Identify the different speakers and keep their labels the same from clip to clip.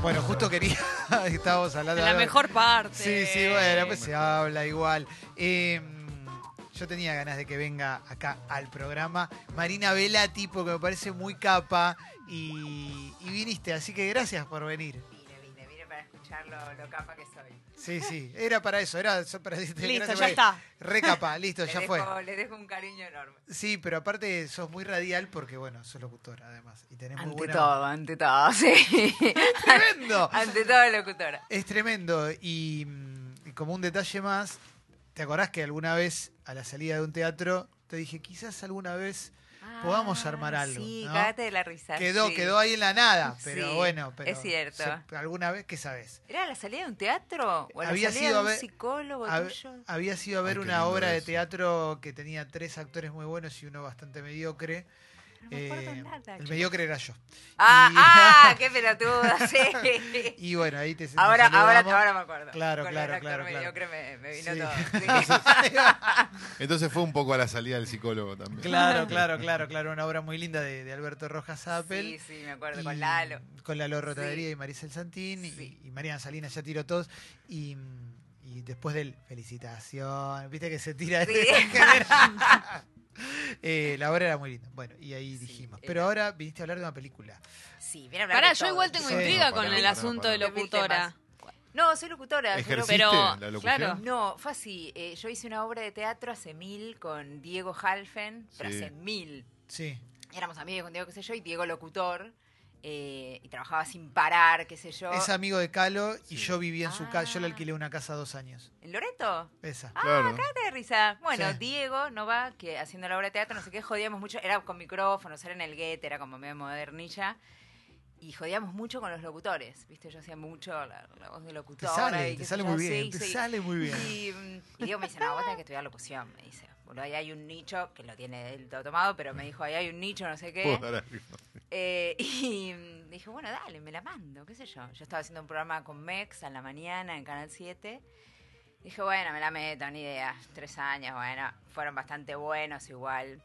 Speaker 1: Bueno, justo quería. Estábamos hablando.
Speaker 2: En la
Speaker 1: ahora-
Speaker 2: mejor parte.
Speaker 1: Sí, sí, bueno, pues se habla igual. Eh, yo tenía ganas de que venga acá al programa Marina Velati, porque me parece muy capa y, y viniste, así que gracias por venir.
Speaker 3: Vine, vine, vine para escuchar lo, lo capa que soy.
Speaker 1: Sí, sí, era para eso, era so- para decirte
Speaker 2: Listo,
Speaker 1: gracias
Speaker 2: ya
Speaker 1: por-
Speaker 2: está.
Speaker 1: Re capa, listo,
Speaker 3: Le
Speaker 1: ya
Speaker 3: dejo,
Speaker 1: fue.
Speaker 3: Le dejo un cariño enorme.
Speaker 1: Sí, pero aparte sos muy radial porque, bueno, sos locutora además. Y tenés muy
Speaker 3: Ante
Speaker 1: buena...
Speaker 3: todo, ante todo, sí.
Speaker 1: ¡Tremendo!
Speaker 3: ante todo, locutora.
Speaker 1: Es tremendo. Y, mm, y como un detalle más, ¿te acordás que alguna vez a la salida de un teatro te dije, quizás alguna vez Ah, Podamos armar algo,
Speaker 3: Sí,
Speaker 1: ¿no?
Speaker 3: cagate de la risa.
Speaker 1: quedó,
Speaker 3: Ah, sí.
Speaker 1: quedó ahí en la nada? Pero
Speaker 3: Sí,
Speaker 1: bueno, pero
Speaker 3: es cierto.
Speaker 1: se- alguna vez, ¿qué sabes?
Speaker 3: ¿Era la salida de un teatro? ¿O la
Speaker 1: Había
Speaker 3: salida
Speaker 1: sido
Speaker 3: de
Speaker 1: a
Speaker 3: un
Speaker 1: ver-
Speaker 3: psicólogo
Speaker 1: Hab-
Speaker 3: tuyo?
Speaker 1: había sido a ver
Speaker 4: Ay, qué
Speaker 1: una
Speaker 4: lindo
Speaker 1: obra de
Speaker 4: eso.
Speaker 1: teatro que tenía tres actores muy buenos y uno bastante mediocre.
Speaker 3: No me acuerdo
Speaker 1: Eh,
Speaker 3: nada.
Speaker 1: el
Speaker 3: chico.
Speaker 1: mediocre era yo.
Speaker 3: Ah,
Speaker 1: y-
Speaker 3: ah, qué pelotuda, sí.
Speaker 1: Y bueno, ahí te te
Speaker 3: Ahora, ahora,
Speaker 1: saludamos.
Speaker 3: ahora me acuerdo.
Speaker 1: Claro,
Speaker 3: Con
Speaker 1: claro,
Speaker 3: el
Speaker 1: claro,
Speaker 3: actor
Speaker 1: claro.
Speaker 3: mediocre me, me vino
Speaker 1: Sí.
Speaker 3: todo. Sí.
Speaker 4: Entonces fue un poco a la salida del psicólogo también.
Speaker 1: Claro, claro, claro, claro. Una obra muy linda de, de Alberto Rojas Apple.
Speaker 3: Sí, sí, me acuerdo,
Speaker 1: y-
Speaker 3: con Lalo.
Speaker 1: Con Lalo Rotadería
Speaker 3: Sí.
Speaker 1: y Maricel Santín y-
Speaker 3: Sí.
Speaker 1: y, Mariana Salinas ya tiró todos. Y, y después del felicitación, viste que se tira
Speaker 3: Sí.
Speaker 1: Eh, la obra era muy linda. Bueno, y ahí
Speaker 3: Sí,
Speaker 1: dijimos.
Speaker 3: era.
Speaker 1: Pero ahora viniste a hablar de una película.
Speaker 3: Sí, mira,
Speaker 2: Pará, yo igual tengo
Speaker 1: Sí.
Speaker 2: intriga
Speaker 4: No,
Speaker 2: con
Speaker 4: pará,
Speaker 2: el
Speaker 4: pará,
Speaker 2: asunto
Speaker 4: pará.
Speaker 2: de locutora.
Speaker 3: No, soy locutora. soy
Speaker 4: ¿Ejerciste
Speaker 2: Pero-
Speaker 4: la locución?
Speaker 2: claro.
Speaker 3: No, fue así. eh, yo hice una obra de teatro hace mil con Diego Halfen, pero
Speaker 4: Sí.
Speaker 3: hace mil.
Speaker 1: Sí.
Speaker 3: Éramos amigos con Diego, qué sé yo, y Diego locutor. eh, y trabajaba sin parar, qué sé yo.
Speaker 1: Es amigo de Calo y
Speaker 4: Sí.
Speaker 1: yo vivía en su casa. Yo le
Speaker 3: Ah.
Speaker 1: alquilé una casa dos años.
Speaker 3: ¿En Loreto?
Speaker 1: Esa.
Speaker 4: Claro.
Speaker 3: Cagate de risa. Bueno,
Speaker 1: Sí.
Speaker 3: Diego no va, que haciendo la obra de teatro, no sé qué, jodíamos mucho. Era con micrófonos, era en el guete, era como medio modernilla. Y jodíamos mucho con los locutores, ¿viste? Yo hacía mucho la, la voz de
Speaker 1: Te
Speaker 3: locutora.
Speaker 1: sale,
Speaker 3: y
Speaker 1: te
Speaker 3: qué sé
Speaker 1: sale
Speaker 3: yo,
Speaker 1: muy
Speaker 3: sí,
Speaker 1: bien. Te
Speaker 3: sí.
Speaker 1: sale muy bien.
Speaker 3: Y, mm, y Diego me dice, no, vos tenés que estudiar locución, me dice. Boludo, ahí hay un nicho, que lo tiene él todo tomado, pero me dijo, ahí hay un nicho, no sé qué.
Speaker 4: Puedo dar algo.
Speaker 3: Eh, y mm, dije, bueno, dale, me la mando, qué sé yo. Yo estaba haciendo un programa con Mex a la mañana en Canal 7. Dije, bueno, me la meto, ni idea. Tres años, bueno, fueron bastante buenos igual.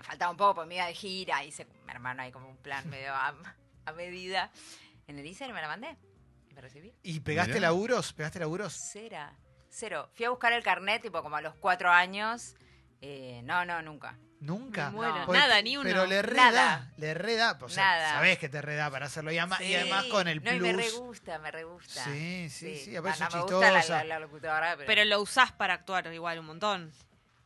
Speaker 3: Faltaba un poco, pues me iba de gira, hice, mi hermano, hay como un plan medio a, a medida. En el ICER me la mandé y me recibí.
Speaker 1: ¿Y pegaste
Speaker 4: Mirá.
Speaker 1: laburos? ¿Pegaste laburos?
Speaker 3: Cera, cero. Fui a buscar el carnet, tipo como a los cuatro años. Eh, no, no, nunca.
Speaker 1: Nunca.
Speaker 3: Me
Speaker 2: Bueno,
Speaker 3: No.
Speaker 1: Porque-
Speaker 2: nada, ni uno.
Speaker 1: Pero le reda,
Speaker 3: Nada.
Speaker 1: le reda, o sea,
Speaker 3: Nada.
Speaker 1: sabés que te reda para hacerlo y, ama- y
Speaker 3: Sí.
Speaker 1: además con el
Speaker 3: no,
Speaker 1: plus.
Speaker 3: y me re gusta, me re gusta.
Speaker 1: Sí, sí, sí, aparte
Speaker 3: No,
Speaker 1: sos
Speaker 3: no, me gusta
Speaker 1: chistosa.
Speaker 3: la, la- la locutora, pero...
Speaker 2: Pero lo usás para actuar igual un montón.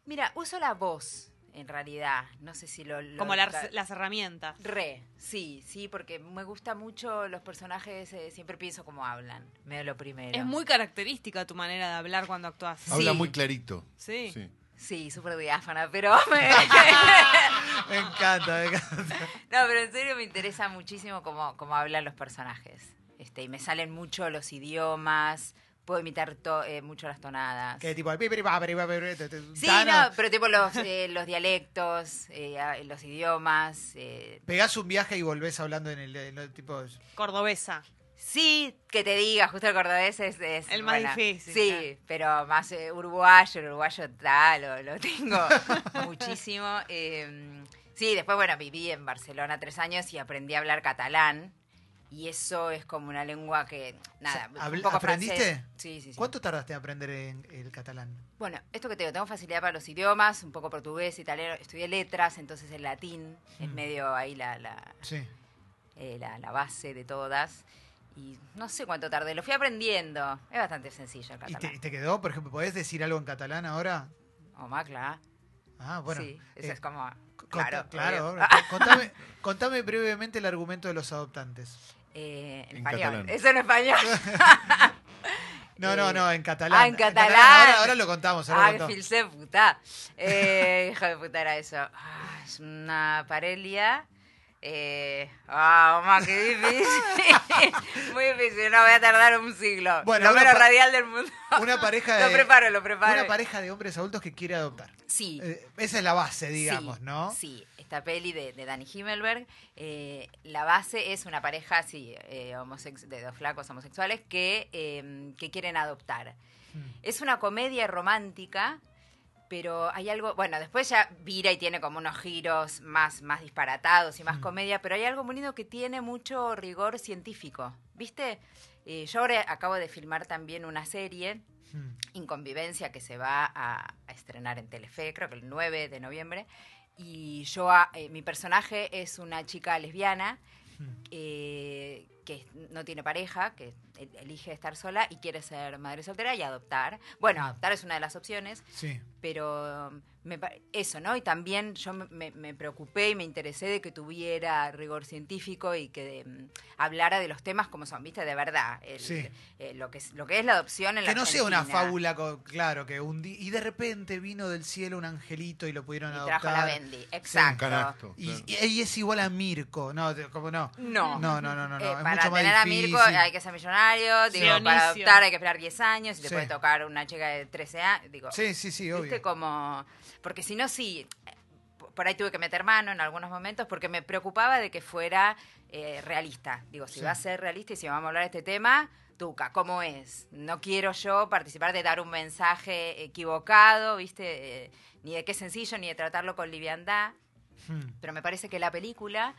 Speaker 3: Mira, uso la voz, en realidad. No sé si lo... lo-
Speaker 2: Como la- las herramientas.
Speaker 3: Re, sí, sí, porque me gusta mucho los personajes, eh, siempre pienso cómo hablan, me lo primero.
Speaker 2: Es muy característica tu manera de hablar cuando actuás.
Speaker 1: Ah,
Speaker 3: Sí.
Speaker 4: Habla muy clarito.
Speaker 2: Sí.
Speaker 4: Sí.
Speaker 3: Sí, súper diáfana, pero me-
Speaker 1: Me encanta, me encanta.
Speaker 3: No, pero en serio me interesa muchísimo cómo, cómo hablan los personajes. Este, y me salen mucho los idiomas, puedo imitar to- eh, mucho las tonadas.
Speaker 1: Que tipo, pi, pi, pa, pi, pa, pi, pi, te- te-
Speaker 3: Sí,
Speaker 1: Tano,
Speaker 3: no, pero tipo los, eh, los dialectos, eh, a- los idiomas. eh.
Speaker 1: Pegás un viaje y volvés hablando en el, en el tipo.
Speaker 2: Cordobesa.
Speaker 3: Sí, que te diga, justo el cordobés es... es,
Speaker 2: El más difícil,
Speaker 3: Sí,
Speaker 2: claro.
Speaker 3: pero más eh, uruguayo, el uruguayo tal, lo, lo tengo muchísimo. eh, sí, después, bueno, viví en Barcelona tres años y aprendí a hablar catalán. Y eso es como una lengua que, nada,
Speaker 1: O sea, habl-
Speaker 3: un poco
Speaker 1: ¿aprendiste?
Speaker 3: francés. Sí, sí, sí.
Speaker 1: ¿Cuánto tardaste en aprender en- el catalán?
Speaker 3: Bueno, esto que te digo, tengo facilidad para los idiomas, un poco portugués, italiano, estudié letras, entonces el latín es
Speaker 1: Mm.
Speaker 3: medio ahí la, la,
Speaker 1: Sí.
Speaker 3: eh, la, la base de todas. Y no sé cuánto tardé, lo fui aprendiendo. Es bastante sencillo el
Speaker 1: ¿Y te,
Speaker 3: catalán.
Speaker 1: te quedó? Por ejemplo, ¿podés decir algo en catalán ahora?
Speaker 3: O macla,
Speaker 1: Ah, bueno.
Speaker 3: sí, eso
Speaker 1: eh,
Speaker 3: es como...
Speaker 1: conta-
Speaker 3: Claro,
Speaker 1: claro.
Speaker 3: obvio.
Speaker 1: ahora, co- Contame, contame brevemente el argumento de los adoptantes.
Speaker 3: eh, en
Speaker 4: En
Speaker 3: español,
Speaker 4: catalán.
Speaker 3: eso en español.
Speaker 1: No,
Speaker 3: Eh,
Speaker 1: no, no, en catalán.
Speaker 3: ah, en catalán.
Speaker 1: Ahora, ahora lo contamos, ahora
Speaker 3: Ah,
Speaker 1: lo contamos.
Speaker 3: fills de puta. Eh, hijo de puta era eso. Ah, es una parelia. Eh, ah, mamá, qué difícil. Muy difícil, no voy a tardar un siglo.
Speaker 1: Bueno,
Speaker 3: lo
Speaker 1: una
Speaker 3: menos
Speaker 1: pa-
Speaker 3: radial del mundo.
Speaker 1: Una pareja
Speaker 3: Lo
Speaker 1: de.
Speaker 3: preparo, lo preparo.
Speaker 1: Una pareja de hombres adultos que quiere adoptar.
Speaker 3: Sí.
Speaker 1: Eh, esa es la base, digamos,
Speaker 3: sí,
Speaker 1: ¿no?
Speaker 3: Sí, esta peli de, de Danny Himmelberg, eh, la base es una pareja así, eh, homosex- de dos flacos homosexuales que, eh, que quieren adoptar.
Speaker 1: Mm.
Speaker 3: Es una comedia romántica Pero hay algo, bueno, después ya vira y tiene como unos giros más, más disparatados y más
Speaker 1: Mm.
Speaker 3: comedia, pero hay algo bonito que tiene mucho rigor científico. ¿Viste? Eh, yo ahora acabo de filmar también una serie,
Speaker 1: Mm.
Speaker 3: Inconvivencia, que se va a, a estrenar en Telefe, creo que el 9 de noviembre. Y yo, a- eh, mi personaje es una chica lesbiana
Speaker 1: Mm.
Speaker 3: eh, que no tiene pareja, que e- elige estar sola y quiere ser madre soltera y adoptar. Bueno, adoptar es una de las opciones,
Speaker 1: Sí.
Speaker 3: pero um, me pa- eso, ¿no? Y también yo me- me, me preocupé y me interesé de que tuviera rigor científico y que mm, hablara de los temas como son, ¿viste? De verdad. el-
Speaker 1: Sí.
Speaker 3: eh, lo, que es, lo que es la adopción en la
Speaker 1: Que no sea una
Speaker 3: Argentina.
Speaker 1: fábula, co- claro, que un di- y de repente vino del cielo un angelito y lo pudieron
Speaker 3: Y
Speaker 1: adoptar.
Speaker 3: trajo a la Bendy,
Speaker 4: Un
Speaker 3: exacto.
Speaker 4: canasto.
Speaker 1: Y,
Speaker 4: claro.
Speaker 1: y- y es igual a Mirko, no, de- como no.
Speaker 3: no.
Speaker 1: No, no, no, no, no,
Speaker 3: Eh,
Speaker 1: es
Speaker 3: para
Speaker 1: mucho más
Speaker 3: tener a
Speaker 1: difícil.
Speaker 3: Mirko hay que ser millonario, digo, para
Speaker 2: Dionisio.
Speaker 3: adoptar hay que esperar 10 años, y te
Speaker 1: Sí.
Speaker 3: puede tocar una chica de 13 años, digo,
Speaker 1: Sí, sí, sí, obvio.
Speaker 3: ¿Viste? Como. Porque si no, sí. eh, p- Por ahí tuve que meter mano en algunos momentos porque me preocupaba de que fuera eh, realista. Digo, si
Speaker 1: Sí.
Speaker 3: va a ser realista y si vamos a hablar de este tema, Tuca, ¿cómo es? No quiero yo participar de dar un mensaje equivocado, ¿viste? Eh, ni de qué sencillo, ni de tratarlo con liviandad
Speaker 1: Mm.
Speaker 3: pero me parece que la película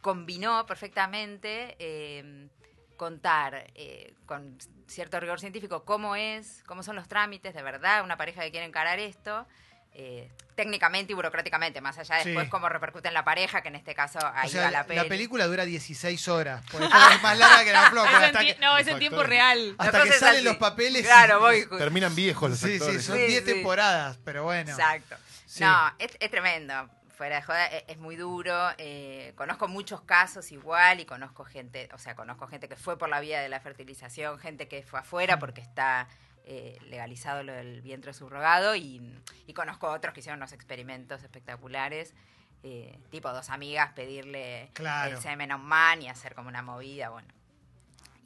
Speaker 3: combinó perfectamente eh, contar eh, con cierto rigor científico cómo es, cómo son los trámites de verdad, una pareja que quiere encarar esto. eh, técnicamente y burocráticamente, más allá de
Speaker 1: Sí.
Speaker 3: después cómo repercute en la pareja, que en este caso ahí
Speaker 1: O sea,
Speaker 3: va
Speaker 1: la,
Speaker 3: la peli.
Speaker 1: película dura 16 horas. por eso es más larga que la floja.
Speaker 2: Es en
Speaker 1: hasta
Speaker 2: tie-
Speaker 1: que,
Speaker 2: Ah, no, es
Speaker 4: Exacto.
Speaker 2: en tiempo real.
Speaker 1: hasta
Speaker 3: Una
Speaker 1: que
Speaker 3: cosa es
Speaker 1: salen
Speaker 3: así.
Speaker 1: los papeles.
Speaker 3: Claro, voy. ju-
Speaker 4: Terminan viejos los
Speaker 1: Sí, sí,
Speaker 4: actores. ¿eh?
Speaker 1: son
Speaker 3: Sí,
Speaker 1: 10
Speaker 3: sí.
Speaker 1: temporadas, pero bueno.
Speaker 3: Exacto.
Speaker 1: Sí.
Speaker 3: No, es, es tremendo. Fuera de joda, e, es, es muy duro. eh, conozco muchos casos igual y conozco gente, o sea, conozco gente que fue por la vía de la fertilización, gente que fue afuera
Speaker 1: Mm.
Speaker 3: porque está eh, legalizado lo del vientre subrogado y, y conozco otros que hicieron unos experimentos espectaculares. eh, tipo dos amigas pedirle
Speaker 1: Claro.
Speaker 3: el semen a un man y hacer como una movida, bueno.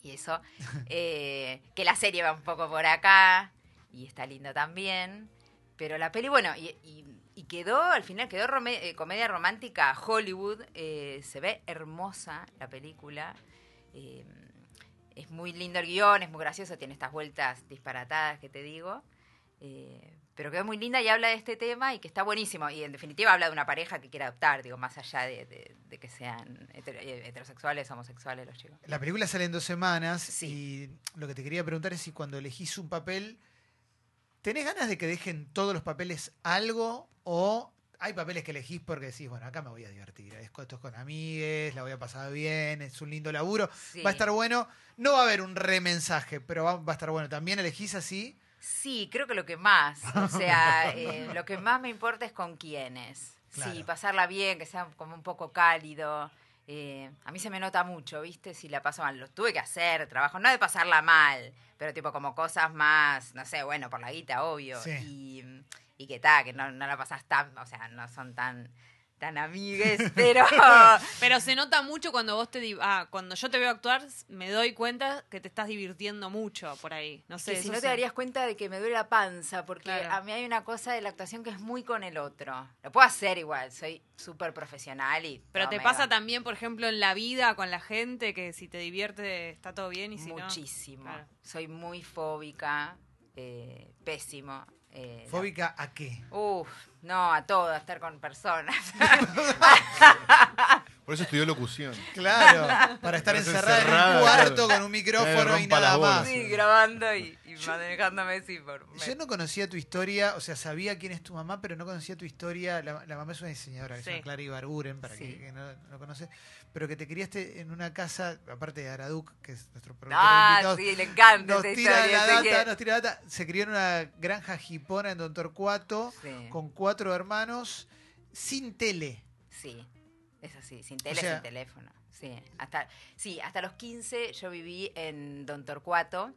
Speaker 3: Y eso, eh, que la serie va un poco por acá y está lindo también. Pero la peli, bueno, y, y- y quedó, al final quedó rome- eh, comedia romántica Hollywood. eh, se ve hermosa la película. eh, es muy lindo el guión, es muy gracioso, tiene estas vueltas disparatadas que te digo. eh, pero quedó muy linda y habla de este tema y que está buenísimo. Y en definitiva habla de una pareja que quiere adoptar, digo, más allá de, de- de que sean hetero- eh, heterosexuales, homosexuales los chicos.
Speaker 1: La película sale en dos semanas
Speaker 3: Sí.
Speaker 1: y lo que te quería preguntar es si cuando elegís un papel, ¿tenés ganas de que dejen todos los papeles algo o hay papeles que elegís porque decís, bueno, acá me voy a divertir, es- esto es con amigues, la voy a pasar bien, es un lindo laburo,
Speaker 3: Sí.
Speaker 1: va a estar bueno, no va a haber un remensaje, pero va, va a estar bueno. ¿También elegís así?
Speaker 3: Sí, creo que lo que más, o sea, eh, lo que más me importa es con quiénes. Sí,
Speaker 1: Claro.
Speaker 3: pasarla bien, que sea como un poco cálido. Eh, a mí se me nota mucho, ¿viste? Si la paso mal, lo tuve que hacer, trabajo, no de pasarla mal, pero tipo como cosas más, no sé, bueno, por la guita, obvio.
Speaker 1: Sí.
Speaker 3: Y, y que tal, que no, no la pasas tan, o sea, no son tan, tan amigues, pero...
Speaker 2: Pero se nota mucho cuando vos te di- ah, cuando yo te veo actuar, me doy cuenta que te estás divirtiendo mucho por ahí. No sé,
Speaker 3: que si
Speaker 2: eso
Speaker 3: no te
Speaker 2: se-
Speaker 3: darías cuenta de que me duele la panza, porque
Speaker 2: Claro.
Speaker 3: a mí hay una cosa de la actuación que es muy con el otro. Lo puedo hacer igual, soy súper profesional y...
Speaker 2: Pero
Speaker 3: todo
Speaker 2: te
Speaker 3: Ah, me
Speaker 2: pasa
Speaker 3: va.
Speaker 2: también, por ejemplo, en la vida con la gente, que si te divierte está todo bien y si
Speaker 3: Muchísimo.
Speaker 2: no. Claro.
Speaker 3: Soy muy fóbica, eh, pésimo. eh,
Speaker 1: ¿Fóbica a qué?
Speaker 3: no. Uf, no, a todo, a estar con personas.
Speaker 4: Por eso estudió locución.
Speaker 1: Claro, para estar
Speaker 4: Estás
Speaker 1: encerrada en un
Speaker 4: encerrada,
Speaker 1: cuarto
Speaker 4: claro.
Speaker 1: con un micrófono y
Speaker 4: rompa
Speaker 1: nada
Speaker 4: las bolas.
Speaker 1: más.
Speaker 3: sí, grabando y, y manejándome así por...
Speaker 1: Yo no conocía tu historia, o sea, sabía quién es tu mamá, pero no conocía tu historia. La, la mamá es una diseñadora, que se
Speaker 2: Sí.
Speaker 1: llama Clara Ibarguren, para
Speaker 3: Sí.
Speaker 1: que, que no lo conoces, pero que te criaste en una casa, aparte de Araduc, que es nuestro productor
Speaker 3: Ah,
Speaker 1: invitado,
Speaker 3: sí, le encanta
Speaker 1: nos
Speaker 3: esa
Speaker 1: tira
Speaker 3: historia.
Speaker 1: la
Speaker 3: sé que-
Speaker 1: data, nos tira la data. Se crió en una granja jipona en Don Torcuato,
Speaker 3: Sí.
Speaker 1: con cuatro hermanos, sin tele.
Speaker 3: Sí, es así, sin tele,
Speaker 1: O sea-
Speaker 3: sin teléfono. Sí hasta, sí, hasta los 15 yo viví en Don Torcuato,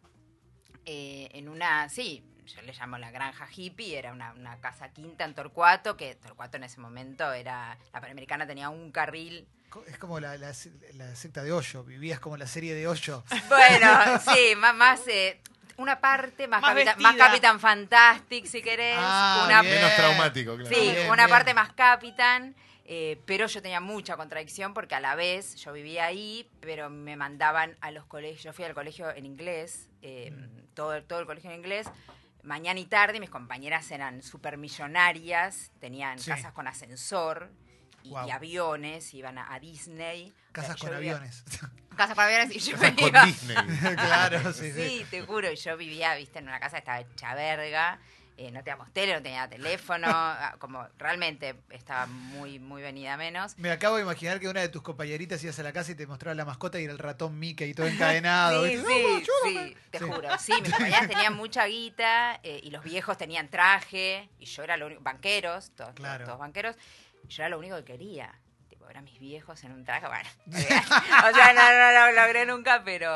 Speaker 3: eh, en una, sí, yo le llamo la granja hippie, era una, una casa quinta en Torcuato, que Torcuato en ese momento era, la Panamericana tenía un carril.
Speaker 1: Co- Es como la, la se- la secta de Hoyo, vivías como la serie de Hoyo.
Speaker 3: Bueno, sí, más, más eh, una parte más,
Speaker 2: Más
Speaker 3: Capitán, más
Speaker 2: vestida.
Speaker 3: Capitán Fantastic, si querés,
Speaker 1: Ah,
Speaker 3: una
Speaker 1: bien.
Speaker 4: Menos traumático, claro.
Speaker 3: Sí,
Speaker 1: Bien,
Speaker 3: una
Speaker 1: bien.
Speaker 3: parte más Capitán, eh, pero yo tenía mucha contradicción porque a la vez yo vivía ahí, pero me
Speaker 1: Mm.
Speaker 3: mandaban a los colegios, yo fui al colegio en inglés, eh, todo, todo el colegio en inglés, mañana y tarde. Mis compañeras eran supermillonarias, tenían
Speaker 1: Sí.
Speaker 3: casas con ascensor y,
Speaker 1: Guau.
Speaker 3: y aviones, iban a, a Disney. O sea,
Speaker 1: Casas
Speaker 3: yo
Speaker 1: con
Speaker 3: vivía-
Speaker 1: aviones.
Speaker 3: Casas con aviones y yo
Speaker 4: Casas
Speaker 3: me
Speaker 4: con
Speaker 3: iba.
Speaker 4: Disney.
Speaker 1: claro, sí, sí.
Speaker 3: Sí, te juro, yo vivía, viste, en una casa que estaba hecha verga, eh, no teníamos tele, no tenía teléfono, ah, como realmente estaba muy, muy venida menos.
Speaker 1: Me acabo de imaginar que una de tus compañeritas ibas a la casa y te mostraba la mascota y era el ratón Mickey y todo encadenado.
Speaker 3: Sí,
Speaker 1: ¿viste?
Speaker 3: sí, sí, te
Speaker 1: Sí.
Speaker 3: juro. Sí, mis compañeras tenían mucha guita eh, y los viejos tenían traje y yo era lo único, banqueros, todos,
Speaker 1: Claro.
Speaker 3: todos banqueros, y yo era lo único que quería. Tipo, eran mis viejos en un traje, bueno. o sea, no, no, no lo logré nunca, pero,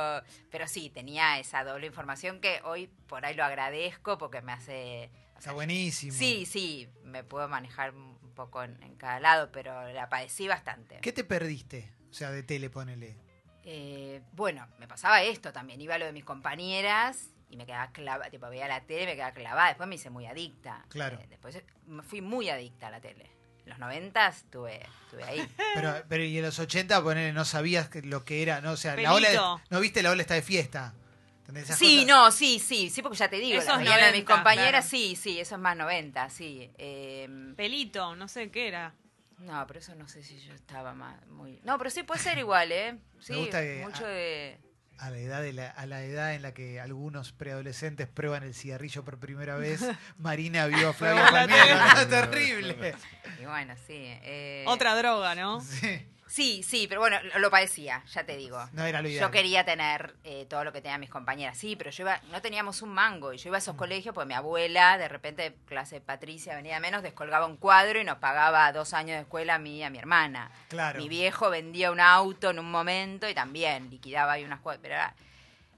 Speaker 3: pero sí, tenía esa doble información que hoy por ahí lo agradezco porque me hace... o
Speaker 1: Está
Speaker 3: sea,
Speaker 1: buenísimo.
Speaker 3: Sí, sí, me puedo manejar un poco en, en cada lado, pero la padecí bastante.
Speaker 1: ¿Qué te perdiste? O sea, de tele, ponele.
Speaker 3: Eh, bueno, me pasaba esto también. Iba a lo de mis compañeras y me quedaba clavada. Tipo, veía la tele y me quedaba clavada. Después me hice muy adicta.
Speaker 1: Claro.
Speaker 3: Eh, después eh, me fui muy adicta a la tele. Los noventas estuve, estuve ahí.
Speaker 1: Pero, pero y en los 80, ponele, no sabías que- lo que era, ¿no? O sea, la
Speaker 2: Pelito.
Speaker 1: ola. de- no viste la ola está de fiesta. ¿Entendés? Esas
Speaker 3: Sí,
Speaker 1: cosas-
Speaker 3: no, sí, sí, sí, porque ya te digo,
Speaker 2: Eso
Speaker 3: las
Speaker 2: es
Speaker 3: veía lo de mis
Speaker 2: 90,
Speaker 3: compañeras,
Speaker 2: claro.
Speaker 3: sí, sí, eso es más 90, sí. Eh,
Speaker 2: Pelito, no sé qué era.
Speaker 3: no, pero eso no sé si yo estaba más muy. No, pero sí puede ser igual, ¿eh? Sí,
Speaker 1: gusta que-
Speaker 3: mucho
Speaker 1: ah.
Speaker 3: de.
Speaker 1: A la, edad de la- a la edad en la que algunos preadolescentes prueban el cigarrillo por primera vez, Marina vio a Flavio
Speaker 2: Fue
Speaker 1: Palmieri.
Speaker 4: la tele.
Speaker 1: terrible.
Speaker 3: Y bueno, sí. eh,
Speaker 2: Otra droga, ¿no?
Speaker 1: Sí,
Speaker 3: Sí, sí, pero bueno, lo, lo padecía, ya te digo.
Speaker 1: no era lo ideal.
Speaker 3: Yo quería tener eh, todo lo que tenían mis compañeras, sí, pero yo iba, no teníamos un mango. Y yo iba a
Speaker 1: Mm.
Speaker 3: esos colegios porque mi abuela, de repente, clase Patricia, venía menos, descolgaba un cuadro y nos pagaba dos años de escuela a mí y a mi hermana.
Speaker 1: Claro.
Speaker 3: Mi viejo vendía un auto en un momento y también liquidaba ahí unas cosas. Pero era,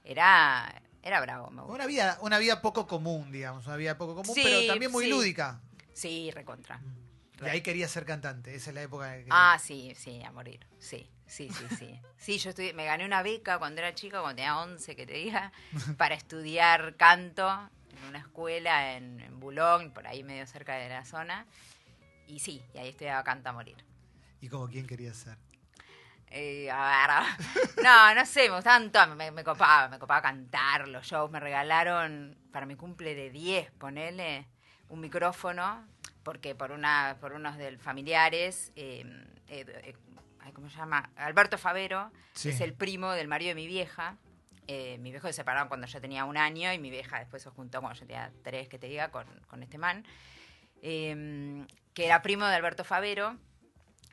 Speaker 3: era, era bravo, me gusta.
Speaker 1: Una vida, una vida poco común, digamos, una vida poco común,
Speaker 3: Sí,
Speaker 1: pero también muy
Speaker 3: sí.
Speaker 1: lúdica.
Speaker 3: Sí, recontra.
Speaker 1: De ahí quería ser cantante, esa es la época en que...
Speaker 3: Ah, sí, sí, a morir. Sí, sí, sí, sí. Sí, yo estudié, me gané una beca cuando era chica, cuando tenía 11, que te diga, para estudiar canto en una escuela en, en Bulón, por ahí medio cerca de la zona. Y sí, y ahí estudiaba canto a morir.
Speaker 1: ¿Y como quién quería ser?
Speaker 3: Eh, a ver, no, no sé, me gustaban todas, me, me copaba, me copaba cantar los shows, me regalaron para mi cumple de 10, ponele, un micrófono, porque por una por unos del familiares, eh, eh, eh, ay, ¿cómo se llama? Alberto Favero,
Speaker 1: Sí.
Speaker 3: es el primo del marido de mi vieja. Eh, mis viejos se separaron cuando yo tenía un año y mi vieja después se juntó cuando yo tenía tres, que te diga, con, con este man, eh, que era primo de Alberto Favero.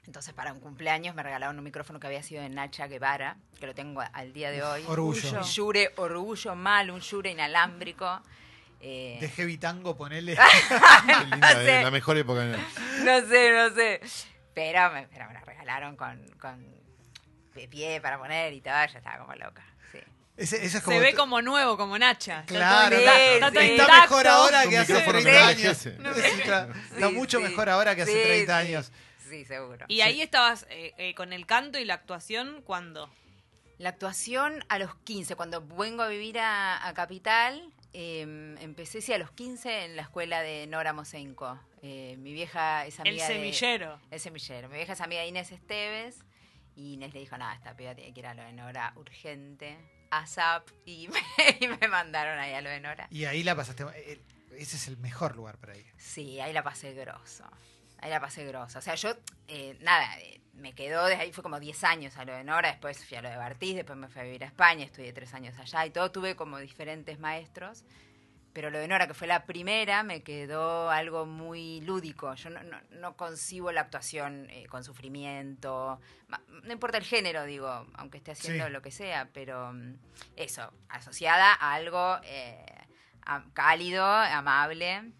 Speaker 3: Entonces, para un cumpleaños me regalaron un micrófono que había sido de Nacha Guevara, que lo tengo al día de hoy.
Speaker 1: Orgullo.
Speaker 3: Un Yure, orgullo mal, un Yure inalámbrico. Eh,
Speaker 1: De heavy tango, ponele...
Speaker 4: Qué linda,
Speaker 3: No
Speaker 4: eh,
Speaker 3: sé.
Speaker 4: La mejor época. ¿no?
Speaker 3: no sé, no sé. Pero me, pero me lo regalaron con, con de pie para poner y todo, yo estaba como loca. Sí.
Speaker 1: Ese- ese es como
Speaker 2: Se ve como nuevo, como Nacha.
Speaker 1: Claro,
Speaker 3: todo
Speaker 1: está,
Speaker 3: bien,
Speaker 1: está
Speaker 3: sí.
Speaker 1: mejor
Speaker 2: intacto.
Speaker 1: ahora
Speaker 4: Un
Speaker 1: que hace
Speaker 4: micrófono
Speaker 1: 30
Speaker 4: que
Speaker 1: años.
Speaker 4: parece.
Speaker 1: No, sí, está está
Speaker 3: Sí,
Speaker 1: mucho
Speaker 3: sí.
Speaker 1: mejor ahora que hace
Speaker 3: Sí,
Speaker 1: 30
Speaker 3: sí.
Speaker 1: años.
Speaker 3: Sí, seguro.
Speaker 2: Y ahí estabas eh, eh, con el canto y la actuación, ¿cuándo?
Speaker 3: La actuación a los 15, cuando vengo a vivir a, a Capital, eh, empecé sí, a los 15 en la escuela de Nora Mosenko. Eh, mi vieja es
Speaker 2: El
Speaker 3: amiga de-
Speaker 2: semillero.
Speaker 3: el semillero. Mi vieja es amiga de Inés Esteves y Inés le dijo, nada, esta piba tiene que ir a lo de Nora urgente, ASAP, y me, y me mandaron ahí a lo de Nora.
Speaker 1: Y ahí la pasaste. eh, Ese es el mejor lugar para ir.
Speaker 3: Sí, ahí la pasé grosso. Ahí la pasé grosso. O sea, yo, eh, nada, eh, me quedó desde ahí, fue como 10 años a lo de Nora, después fui a lo de Bartiz, después me fui a vivir a España, estudié 3 años allá y todo, tuve como diferentes maestros. Pero lo de Nora, que fue la primera, me quedó algo muy lúdico. Yo no, no, no concibo la actuación eh, con sufrimiento. Ma- No importa el género, digo, aunque esté haciendo
Speaker 1: Sí.
Speaker 3: lo que sea, pero mm, eso, asociada a algo eh, a- cálido, amable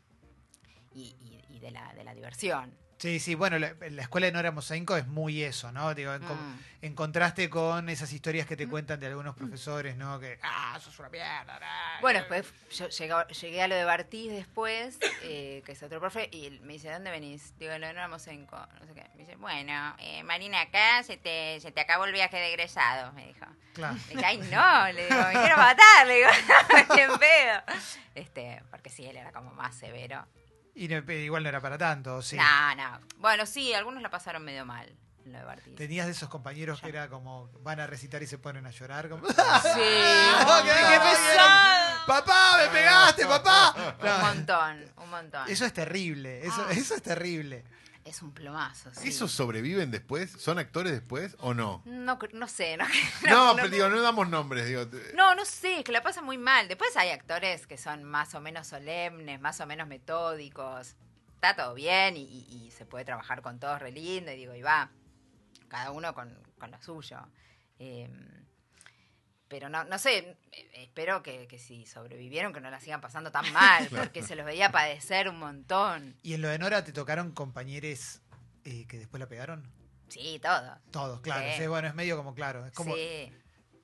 Speaker 3: y, y- y de, la, de la diversión.
Speaker 1: Sí, sí, bueno, la, la escuela de Nora Mosainco es muy eso, ¿no? Digo, en, com-
Speaker 3: Mm.
Speaker 1: en contraste con esas historias que te cuentan de algunos profesores, ¿no? Que, ah, sos una mierda. nah".
Speaker 3: Bueno, después yo llegué, llegué a lo de Bartiz después, eh, que es otro profe, y él me dice, ¿dónde venís? Digo, no, no, Mosenco, no sé qué. Me dice, bueno, eh, Marina, acá se te, se te acabó el viaje de egresado, me dijo.
Speaker 1: Claro.
Speaker 3: Le dije, ay, no, le digo, me quiero matar, le digo, "Ni en pedo. Este, porque sí, él era como más severo.
Speaker 1: Y no- igual no era para tanto, ¿o sí.
Speaker 3: No, no. Bueno, sí, algunos la pasaron medio mal. en lo de Bartiz.
Speaker 1: Tenías de esos compañeros que era como van a recitar y se ponen a llorar. Como...
Speaker 3: Sí,
Speaker 1: Ah, qué- qué
Speaker 2: Ah,
Speaker 1: pesado. ¡Papá, me pegaste, papá!
Speaker 3: un
Speaker 1: No,
Speaker 3: montón, un montón.
Speaker 1: eso es terrible, eso,
Speaker 3: Ah.
Speaker 1: eso es terrible.
Speaker 3: Es un plomazo, sí.
Speaker 4: ¿Esos sobreviven después? ¿Son actores después o no?
Speaker 3: No, cre- no sé, no,
Speaker 4: No, pero digo, no damos nombres. Digo,
Speaker 3: No, no sé, es que la pasa muy mal. Después hay actores que son más o menos solemnes, más o menos metódicos. Está todo bien y, y- y se puede trabajar con todos re lindo. Y digo, y va, cada uno con, con lo suyo. Eh, pero no, no sé, eh, espero que, que si sobrevivieron, que no la sigan pasando tan mal,
Speaker 4: Claro.
Speaker 3: porque se los veía padecer un montón.
Speaker 1: Y en lo de Nora te tocaron compañeros eh, que después la pegaron.
Speaker 3: Sí, todos.
Speaker 1: Todos, claro.
Speaker 3: Sí.
Speaker 1: Sí, bueno, es medio como claro. Es como,
Speaker 3: Sí.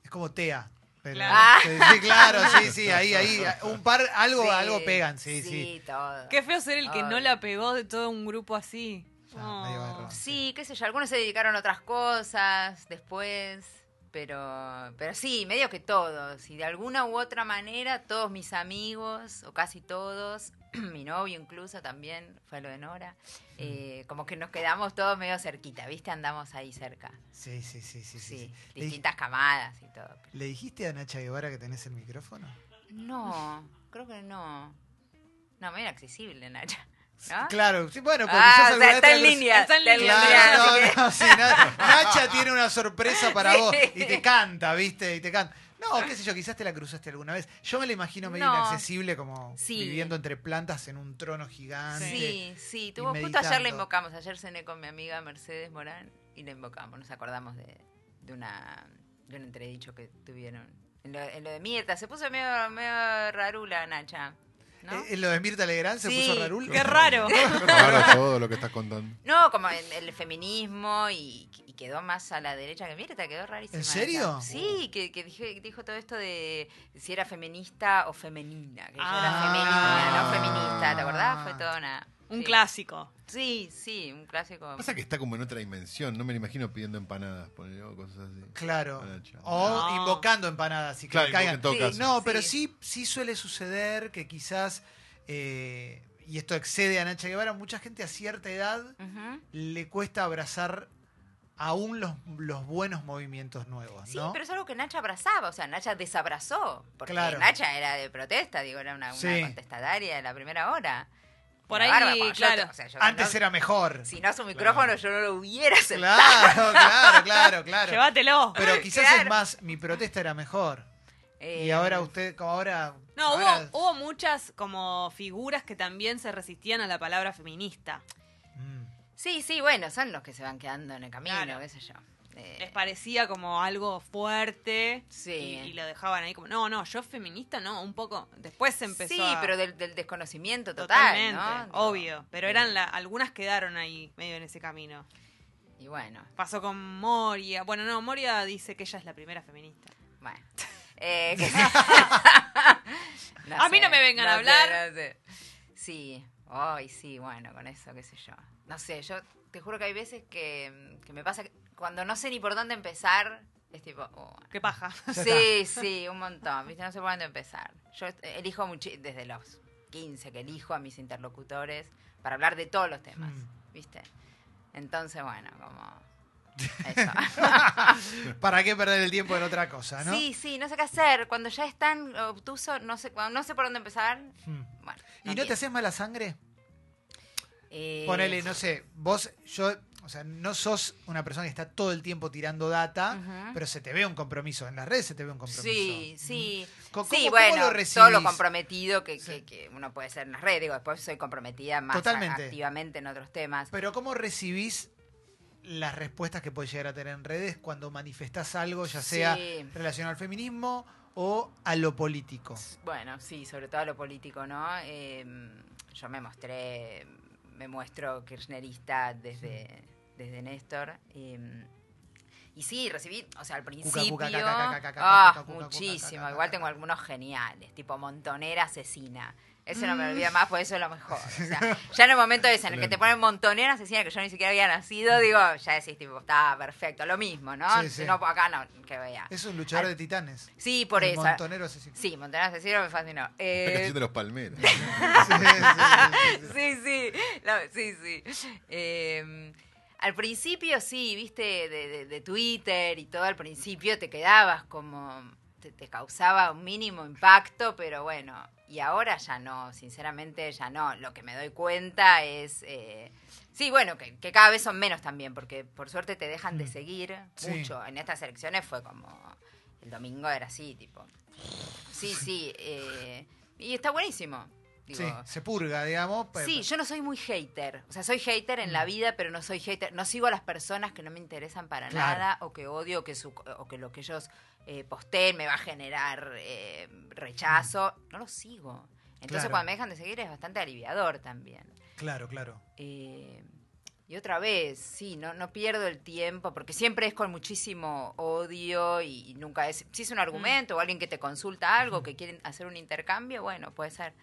Speaker 1: es como Tea. pero-
Speaker 2: Claro.
Speaker 1: Sí, sí, claro, sí, sí, ahí, ahí. Un par, algo,
Speaker 3: Sí,
Speaker 1: algo pegan, sí, sí.
Speaker 3: Sí, todos.
Speaker 2: Qué feo ser el que
Speaker 3: Ay.
Speaker 2: no la pegó de todo un grupo así. Oh.
Speaker 1: Ah, medio barro.
Speaker 3: Sí, qué sé yo, algunos se dedicaron a otras cosas después, pero, pero sí, medio que todos. Y de alguna u otra manera, todos mis amigos, o casi todos, mi novio incluso también, fue a lo de Nora, eh,
Speaker 1: Mm.
Speaker 3: como que nos quedamos todos medio cerquita, ¿viste? Andamos ahí cerca.
Speaker 1: Sí, sí, sí, sí, sí, sí.
Speaker 3: Sí,
Speaker 1: Le, di-
Speaker 3: distintas camadas y todo.
Speaker 1: ¿Le dijiste a Nacha Guevara que tenés el micrófono?
Speaker 3: No, creo que no. No, me era accesible, Nacha. ¿No?
Speaker 1: Claro, sí, bueno, porque
Speaker 3: Ah,
Speaker 1: yo
Speaker 3: o sea, está en línea.
Speaker 2: Está en línea,
Speaker 1: Claro,
Speaker 3: así que-
Speaker 1: no, no, sí, Na- Nacha tiene una sorpresa para
Speaker 3: Sí.
Speaker 1: vos y te canta, ¿viste? Y te canta. No, qué sé yo, quizás te la cruzaste alguna vez. Yo me la imagino medio
Speaker 3: No.
Speaker 1: inaccesible como
Speaker 3: Sí.
Speaker 1: viviendo entre plantas en un trono gigante.
Speaker 3: Sí, sí, tuvo, justo
Speaker 1: meditando.
Speaker 3: ayer la invocamos, ayer cené con mi amiga Mercedes Morán y la invocamos, nos acordamos de, de una de un entredicho que tuvieron. En lo, en lo de Mirta, se puso medio, medio rarula Nacha, ¿no?
Speaker 1: Eh, en lo de Mirta Legrand se
Speaker 3: Sí.
Speaker 1: puso Rarul.
Speaker 2: Qué raro.
Speaker 4: Ahora todo lo que estás contando.
Speaker 3: No, como en el feminismo y, y quedó más a la derecha que Mirta, quedó rarísima.
Speaker 1: ¿En serio? Uh.
Speaker 3: Nacha. Sí, que, que dije- dijo, todo esto de si era feminista o femenina, que ella era
Speaker 2: Ah.
Speaker 3: femenina, no feminista, ¿te acordás? Fue toda una...
Speaker 2: Un
Speaker 3: sí.
Speaker 2: clásico.
Speaker 3: Sí, sí, un clásico.
Speaker 4: Pasa que está como en otra dimensión. No me lo imagino pidiendo empanadas, ponele, o cosas así.
Speaker 1: Claro.
Speaker 4: Nacha.
Speaker 1: O
Speaker 2: No.
Speaker 1: invocando empanadas y que
Speaker 4: Claro,
Speaker 1: le caigan.
Speaker 4: en todo
Speaker 3: Sí,
Speaker 4: caso.
Speaker 1: No, pero
Speaker 3: Sí.
Speaker 1: sí, sí suele suceder que quizás, eh, y esto excede a Nacha Guevara, mucha gente a cierta edad
Speaker 3: Ujú.
Speaker 1: le cuesta abrazar aún los, los buenos movimientos nuevos,
Speaker 3: Sí,
Speaker 1: ¿no?
Speaker 3: pero es algo que Nacha abrazaba, o sea, Nacha desabrazó, porque
Speaker 1: Claro.
Speaker 3: Nacha era de protesta, digo, era una, una
Speaker 1: Sí.
Speaker 3: contestataria de la primera hora.
Speaker 2: Por
Speaker 3: Era
Speaker 2: ahí,
Speaker 3: bárbara, cuando yo
Speaker 2: claro.
Speaker 3: te- o sea, yo
Speaker 1: Antes
Speaker 3: cuando-
Speaker 1: era mejor.
Speaker 3: Si no su micrófono yo no lo hubiera aceptado.
Speaker 1: Claro, claro, claro, claro.
Speaker 2: Llévatelo.
Speaker 1: Pero quizás es
Speaker 3: Claro.
Speaker 1: más, mi protesta era mejor. y
Speaker 3: Eh,
Speaker 1: ahora usted, como ahora...
Speaker 2: No,
Speaker 1: ahora-
Speaker 2: hubo, hubo muchas como figuras que también se resistían a la palabra feminista.
Speaker 1: Mm.
Speaker 3: Sí, sí, bueno, son los que se van quedando en el camino,
Speaker 2: Claro.
Speaker 3: qué sé yo. Eh,
Speaker 2: Les parecía como algo fuerte
Speaker 3: Sí.
Speaker 2: y, y lo dejaban ahí como, no, no, yo feminista no, un poco. Después se empezó
Speaker 3: sí,
Speaker 2: a-
Speaker 3: pero del, del desconocimiento total,
Speaker 2: Totalmente,
Speaker 3: ¿no? Digo,
Speaker 2: obvio. Pero eran la- algunas quedaron ahí, medio en ese camino.
Speaker 3: Y bueno,
Speaker 2: Pasó con Moria. Bueno, no, Moria dice que ella es la primera feminista.
Speaker 3: bueno. Eh, que-
Speaker 2: A mí no me vengan a hablar.
Speaker 3: no sé. Sí, hoy sí, bueno, con eso, qué sé yo. No sé, yo te juro que hay veces que, que me pasa que cuando no sé ni por dónde empezar, es tipo... oh, bueno.
Speaker 2: Qué paja.
Speaker 3: Sí, sí, un montón, ¿viste? No sé por dónde empezar. Yo eh, elijo mucho, desde los 15 que elijo a mis interlocutores para hablar de todos los temas,
Speaker 1: Hmm.
Speaker 3: ¿viste? Entonces, bueno, como... Eso.
Speaker 1: ¿Para qué perder el tiempo en otra cosa, no?
Speaker 3: Sí, sí, no sé qué hacer. Cuando ya es tan obtuso, no sé, cuando no sé por dónde empezar.
Speaker 1: Mm.
Speaker 3: Bueno,
Speaker 1: ¿Y no te
Speaker 3: quiero.
Speaker 1: haces mala sangre?
Speaker 3: Eh,
Speaker 1: Ponele, no sé, vos, yo, o sea, no sos una persona que está todo el tiempo tirando data,
Speaker 3: Ujú.
Speaker 1: pero se te ve un compromiso, en las redes se te ve un compromiso.
Speaker 3: Sí, sí.
Speaker 1: Co- ¿cómo-
Speaker 3: sí,
Speaker 1: cómo
Speaker 3: bueno,
Speaker 1: lo
Speaker 3: todo lo
Speaker 1: recibís?
Speaker 3: comprometido que,
Speaker 1: Sí.
Speaker 3: que- que uno puede ser en las redes. Digo, después soy comprometida más
Speaker 1: Totalmente.
Speaker 3: activamente en otros temas.
Speaker 1: Pero ¿cómo recibís las respuestas que puedes llegar a tener en redes cuando manifestás algo, ya sea
Speaker 3: Sí.
Speaker 1: relacionado al feminismo o a lo político?
Speaker 3: Bueno, sí, sobre todo a lo político, ¿no? Eh, yo me mostré, me muestro kirchnerista desde, desde Néstor. eh, y sí, recibí, o sea, al principio,
Speaker 1: cuca, caca, caca, caca,
Speaker 3: ah,
Speaker 1: cuca, cuca, cuca,
Speaker 3: muchísimo.
Speaker 1: caca,
Speaker 3: Igual
Speaker 1: caca.
Speaker 3: tengo algunos geniales, tipo montonera asesina. Eso no
Speaker 1: Mm.
Speaker 3: me olvida más, porque eso es lo mejor. O sea, ya en el momento ese en el que te ponen montonera asesina, que yo ni siquiera había nacido, digo, ya decís, tipo, está perfecto, lo mismo, ¿no?
Speaker 1: Mm. Sí, sí.
Speaker 3: No, acá no, que vea.
Speaker 1: Es un luchador
Speaker 3: Al-
Speaker 1: de titanes.
Speaker 3: Sí, Ah, por
Speaker 1: El
Speaker 3: eso.
Speaker 1: Montonero asesino.
Speaker 3: Sí, montonera asesina me fascinó.
Speaker 4: Está
Speaker 3: Eh,
Speaker 4: cayendo los palmeros.
Speaker 1: Sí, sí, sí, sí, sí.
Speaker 3: sí, sí, No, sí, sí. Eh, Al principio sí, viste, de, de- de Twitter y todo, al principio te quedabas como, te, te causaba un mínimo impacto, pero bueno, y ahora ya no, sinceramente ya no. Lo que me doy cuenta es, eh, sí, bueno, que, que cada vez son menos también, porque por suerte te dejan de
Speaker 1: Mm.
Speaker 3: seguir
Speaker 1: Sí.
Speaker 3: mucho. En estas elecciones fue como, el domingo era así, tipo. Sí, sí, eh, y está buenísimo. Digo,
Speaker 1: Sí, se purga, digamos. pe-
Speaker 3: Sí, yo no soy muy hater. O sea, soy hater en la
Speaker 1: Mm.
Speaker 3: vida, pero no soy hater. No sigo a las personas que no me interesan para
Speaker 1: Claro.
Speaker 3: nada o que odio o que, su- o que lo que ellos eh, posteen me va a generar eh, rechazo. No los sigo.
Speaker 1: Mm.
Speaker 3: Entonces,
Speaker 1: Claro.
Speaker 3: cuando me dejan de seguir es bastante aliviador también.
Speaker 1: Claro, claro.
Speaker 3: Eh, y otra vez, sí, no, no pierdo el tiempo, porque siempre es con muchísimo odio y, y nunca es. Si es un argumento
Speaker 1: Mm.
Speaker 3: o alguien que te consulta algo, que quieren hacer un intercambio, bueno, puede ser.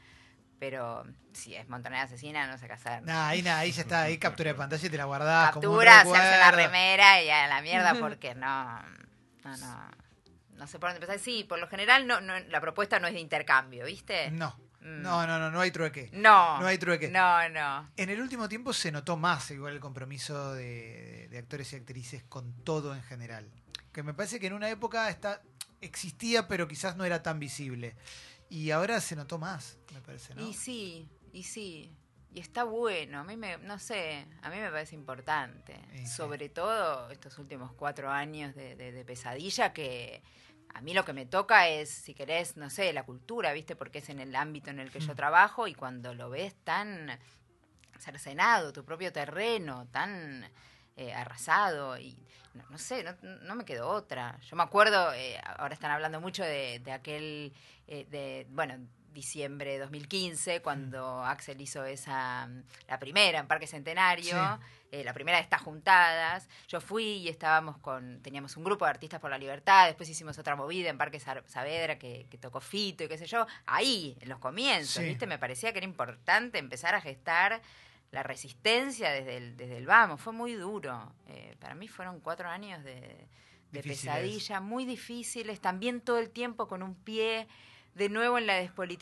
Speaker 3: Pero si es montonera asesina, no sé qué hacer.
Speaker 1: Nah, ahí, nah, ahí ya está, ahí captura de pantalla y te la guardás. como un
Speaker 3: Captura, hacerse la
Speaker 1: recuerdo.
Speaker 3: remera y a la mierda, porque no. No, no. No sé por dónde empezar. Sí, por lo general no, no, la propuesta no es de intercambio, ¿viste?
Speaker 1: No,
Speaker 3: Mm.
Speaker 1: no, no, no, no hay trueque.
Speaker 3: No.
Speaker 1: No hay trueque.
Speaker 3: No, no.
Speaker 1: En el último tiempo se notó más igual el compromiso de, de actores y actrices con todo en general. Que me parece que en una época está, existía, pero quizás no era tan visible. Y ahora se notó más, me parece, ¿no?
Speaker 3: Y sí, y sí. Y está bueno, a mí me, no sé, a mí me parece importante.
Speaker 1: Y sí.
Speaker 3: Sobre todo estos últimos cuatro años de, de- de pesadilla que a mí lo que me toca es, si querés, no sé, la cultura, ¿viste? Porque es en el ámbito en el que yo
Speaker 1: Mm.
Speaker 3: trabajo y cuando lo ves tan cercenado, tu propio terreno, tan eh, arrasado y no, no sé, no, no me quedó otra. Yo me acuerdo, eh, ahora están hablando mucho de, de aquel, eh, de, bueno, diciembre de 2015, cuando Axel hizo esa, mm, la primera en Parque Centenario,
Speaker 1: Sí.
Speaker 3: eh, la primera de estas juntadas. Yo fui y estábamos con, teníamos un grupo de artistas por la libertad, después hicimos otra movida en Parque Sar- Saavedra que, que tocó Fito y qué sé yo, ahí, en los comienzos,
Speaker 1: Sí.
Speaker 3: ¿viste? Me parecía que era importante empezar a gestar la resistencia desde el, desde el vamos. Fue muy duro. Eh, para mí fueron cuatro años de, de
Speaker 1: Difíciles.
Speaker 3: pesadilla, muy difíciles, también todo el tiempo con un pie de nuevo en la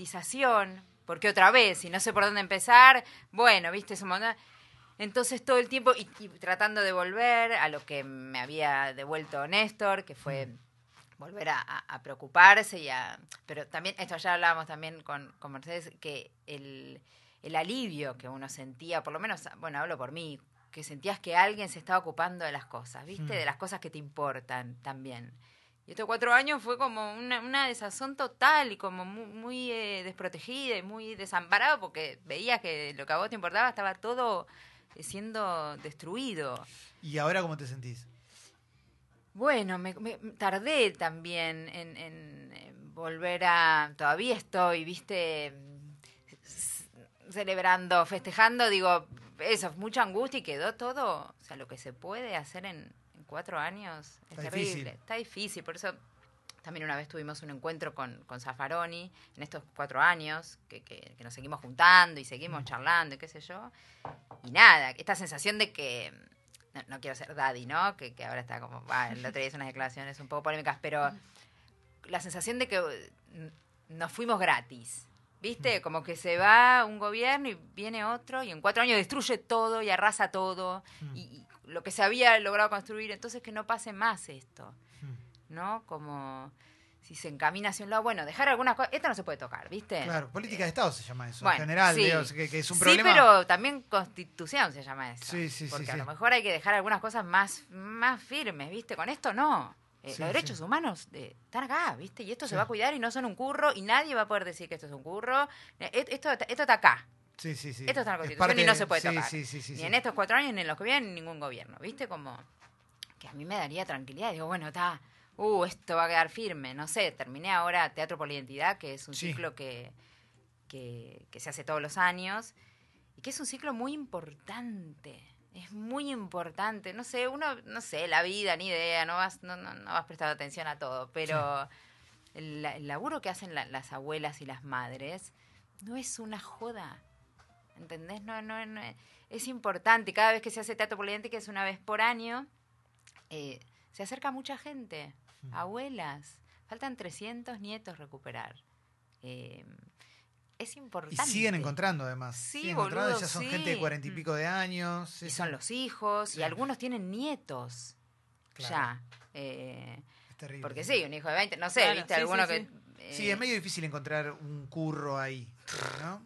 Speaker 3: despolitización, porque otra vez, si no sé por dónde empezar, bueno, viste, es un montón. Entonces todo el tiempo, y, y tratando de volver a lo que me había devuelto Néstor, que fue volver a, a- a preocuparse y a... Pero también, esto ya hablábamos también con, con Mercedes, que el, el alivio que uno sentía, por lo menos, bueno, hablo por mí, que sentías que alguien se estaba ocupando de las cosas, ¿viste?
Speaker 1: Mm.
Speaker 3: De las cosas que te importan también. Y estos cuatro años fue como una, una desazón total y como muy, muy, eh, desprotegida y muy desamparada porque veías que lo que a vos te importaba estaba todo eh, siendo destruido.
Speaker 1: ¿Y ahora cómo te sentís?
Speaker 3: Bueno, me, me- me tardé también en, en- en volver a... Todavía estoy, viste, c- celebrando, festejando, digo, eso, mucha angustia y quedó todo, o sea, lo que se puede hacer en, en cuatro años es
Speaker 1: Está
Speaker 3: terrible,
Speaker 1: difícil.
Speaker 3: está difícil, por eso también una vez tuvimos un encuentro con, con Zaffaroni en estos cuatro años, que, que- que nos seguimos juntando y seguimos charlando y qué sé yo. Y nada, esta sensación de que, no, no quiero ser daddy, ¿no? Que, que ahora está como, va, el otro día hizo unas declaraciones un poco polémicas, pero la sensación de que eh, nos fuimos gratis. ¿Viste? Como que se va un gobierno y viene otro y en cuatro años destruye todo y arrasa todo
Speaker 1: Mm.
Speaker 3: y, y lo que se había logrado construir. Entonces que no pase más esto.
Speaker 1: Mm.
Speaker 3: ¿no? Como si se encamina hacia un lado, bueno, dejar algunas cosas, esto no se puede tocar, ¿viste?
Speaker 1: Claro, política de Estado se llama eso,
Speaker 3: eh, Bueno,
Speaker 1: en general,
Speaker 3: sí.
Speaker 1: digo, o sea, que, que es un
Speaker 3: sí,
Speaker 1: problema.
Speaker 3: pero también constitución se llama eso.
Speaker 1: Sí, sí, sí,
Speaker 3: Porque a
Speaker 1: sí.
Speaker 3: lo mejor hay que dejar algunas cosas más, más firmes, ¿viste? Con esto no. Eh,
Speaker 1: Sí,
Speaker 3: los derechos
Speaker 1: sí.
Speaker 3: humanos eh, están acá, ¿viste? Y esto
Speaker 1: Sí.
Speaker 3: se va a cuidar y no son un curro y nadie va a poder decir que esto es un curro. Eh, et- Esto, esto está acá.
Speaker 1: Sí, sí, sí.
Speaker 3: Esto está en la
Speaker 1: Es
Speaker 3: Constitución
Speaker 1: parte
Speaker 3: y no
Speaker 1: de-
Speaker 3: se puede
Speaker 1: sí,
Speaker 3: tocar.
Speaker 1: Sí, sí, sí.
Speaker 3: ni
Speaker 1: sí.
Speaker 3: en estos cuatro años, ni en los que vienen, ni ningún gobierno. ¿Viste? Como que a mí me daría tranquilidad. Digo, bueno, está, uh, esto va a quedar firme. No sé, terminé ahora Teatro por la Identidad, que es un
Speaker 1: Sí.
Speaker 3: ciclo que, que, que se hace todos los años y que es un ciclo muy importante. Es muy importante. No sé, uno, no sé, la vida, ni idea, no vas, no, no, no vas prestando atención a todo, pero el, la- el laburo que hacen la- las abuelas y las madres no es una joda. ¿Entendés? No, no, no, es importante. Cada vez que se hace teatro por la Identidad, que es una vez por año, eh, se acerca mucha gente,
Speaker 1: Mm.
Speaker 3: abuelas. Faltan 300 nietos recuperar. Eh, es
Speaker 1: Y
Speaker 3: importante.
Speaker 1: siguen encontrando además.
Speaker 3: Sí,
Speaker 1: siguen encontrando,
Speaker 3: boludo,
Speaker 1: ya son
Speaker 3: sí.
Speaker 1: gente de cuarenta y
Speaker 2: Mm.
Speaker 1: pico de años. sí,
Speaker 3: Y
Speaker 1: sí,
Speaker 3: son los hijos, y
Speaker 1: Claro.
Speaker 3: algunos tienen nietos.
Speaker 1: Claro.
Speaker 3: Ya. Eh,
Speaker 1: es terrible.
Speaker 3: porque sí, un hijo de 20, no sé,
Speaker 2: Claro,
Speaker 3: viste,
Speaker 2: sí,
Speaker 3: alguno
Speaker 2: sí,
Speaker 3: que.
Speaker 2: sí.
Speaker 3: eh,
Speaker 1: Sí, es medio difícil encontrar un curro ahí, ¿no?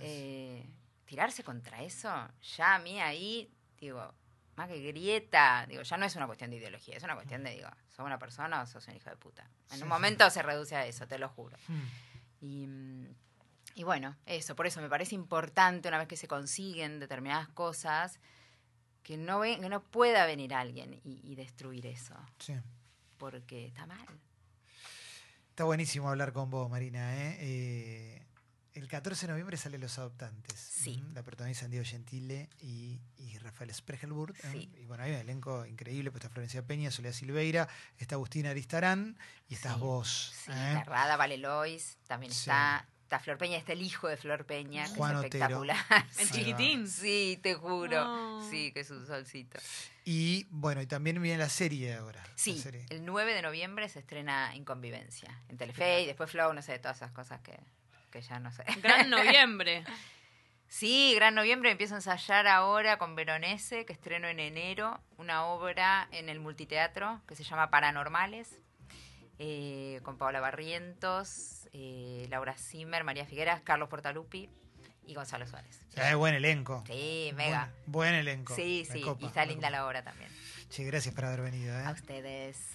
Speaker 3: eh, tirarse contra eso, ya a mí ahí, digo, más que grieta, digo, ya no es una cuestión de ideología, es una cuestión de, digo, ¿sos una persona o sos un hijo de puta? En
Speaker 1: Sí, sí.
Speaker 3: un momento se reduce a eso, te lo juro.
Speaker 1: Mm.
Speaker 3: Y, mm, y bueno, eso, por eso me parece importante una vez que se consiguen determinadas cosas, que no, ve- que no pueda venir alguien y, y destruir eso,
Speaker 1: Sí.
Speaker 3: porque está mal.
Speaker 1: Está buenísimo hablar con vos, Marina. ¿eh? Eh, el 14 de noviembre sale Los Adoptantes.
Speaker 3: Sí.
Speaker 1: Mm, La protagonizan Diego Gentile y, y Rafael Spregelburg. ¿eh?
Speaker 3: Sí.
Speaker 1: Y bueno, hay un elenco increíble. Pues está Florencia Peña, Soledad Silveira, está Agustina Aristarán y estás
Speaker 3: Sí.
Speaker 1: vos.
Speaker 3: Sí,
Speaker 1: ¿eh?
Speaker 3: la Rada, Vale Lois, también
Speaker 1: Sí.
Speaker 3: está, está Flor Peña, está el hijo de Flor Peña, que
Speaker 1: Juan
Speaker 3: es
Speaker 1: Otero.
Speaker 3: espectacular.
Speaker 2: El
Speaker 1: Ahí va.
Speaker 2: chiquitín.
Speaker 3: Sí, te juro.
Speaker 2: No.
Speaker 3: Sí, que es un solcito.
Speaker 1: Y bueno, y también viene la serie ahora. la
Speaker 3: Sí,
Speaker 1: serie.
Speaker 3: el 9 de noviembre se estrena Inconvivencia en Telefe y después Flow, no sé, todas esas cosas que, que ya no sé.
Speaker 2: Gran noviembre.
Speaker 3: Sí, gran noviembre empiezo a ensayar ahora con Veronese, que estreno en enero, una obra en el multiteatro que se llama Paranormales, eh, con Paola Barrientos, eh, Laura Zimmer, María Figueras, Carlos Portalupi y Gonzalo Suárez.
Speaker 1: O sea, es buen elenco.
Speaker 3: Sí, mega.
Speaker 1: Buen, buen elenco.
Speaker 3: Sí,
Speaker 1: Me
Speaker 3: sí,
Speaker 1: copa,
Speaker 3: y está
Speaker 1: me
Speaker 3: linda
Speaker 1: copa.
Speaker 3: la obra también.
Speaker 1: ¿eh? Che, gracias por haber venido. ¿eh?
Speaker 3: A ustedes.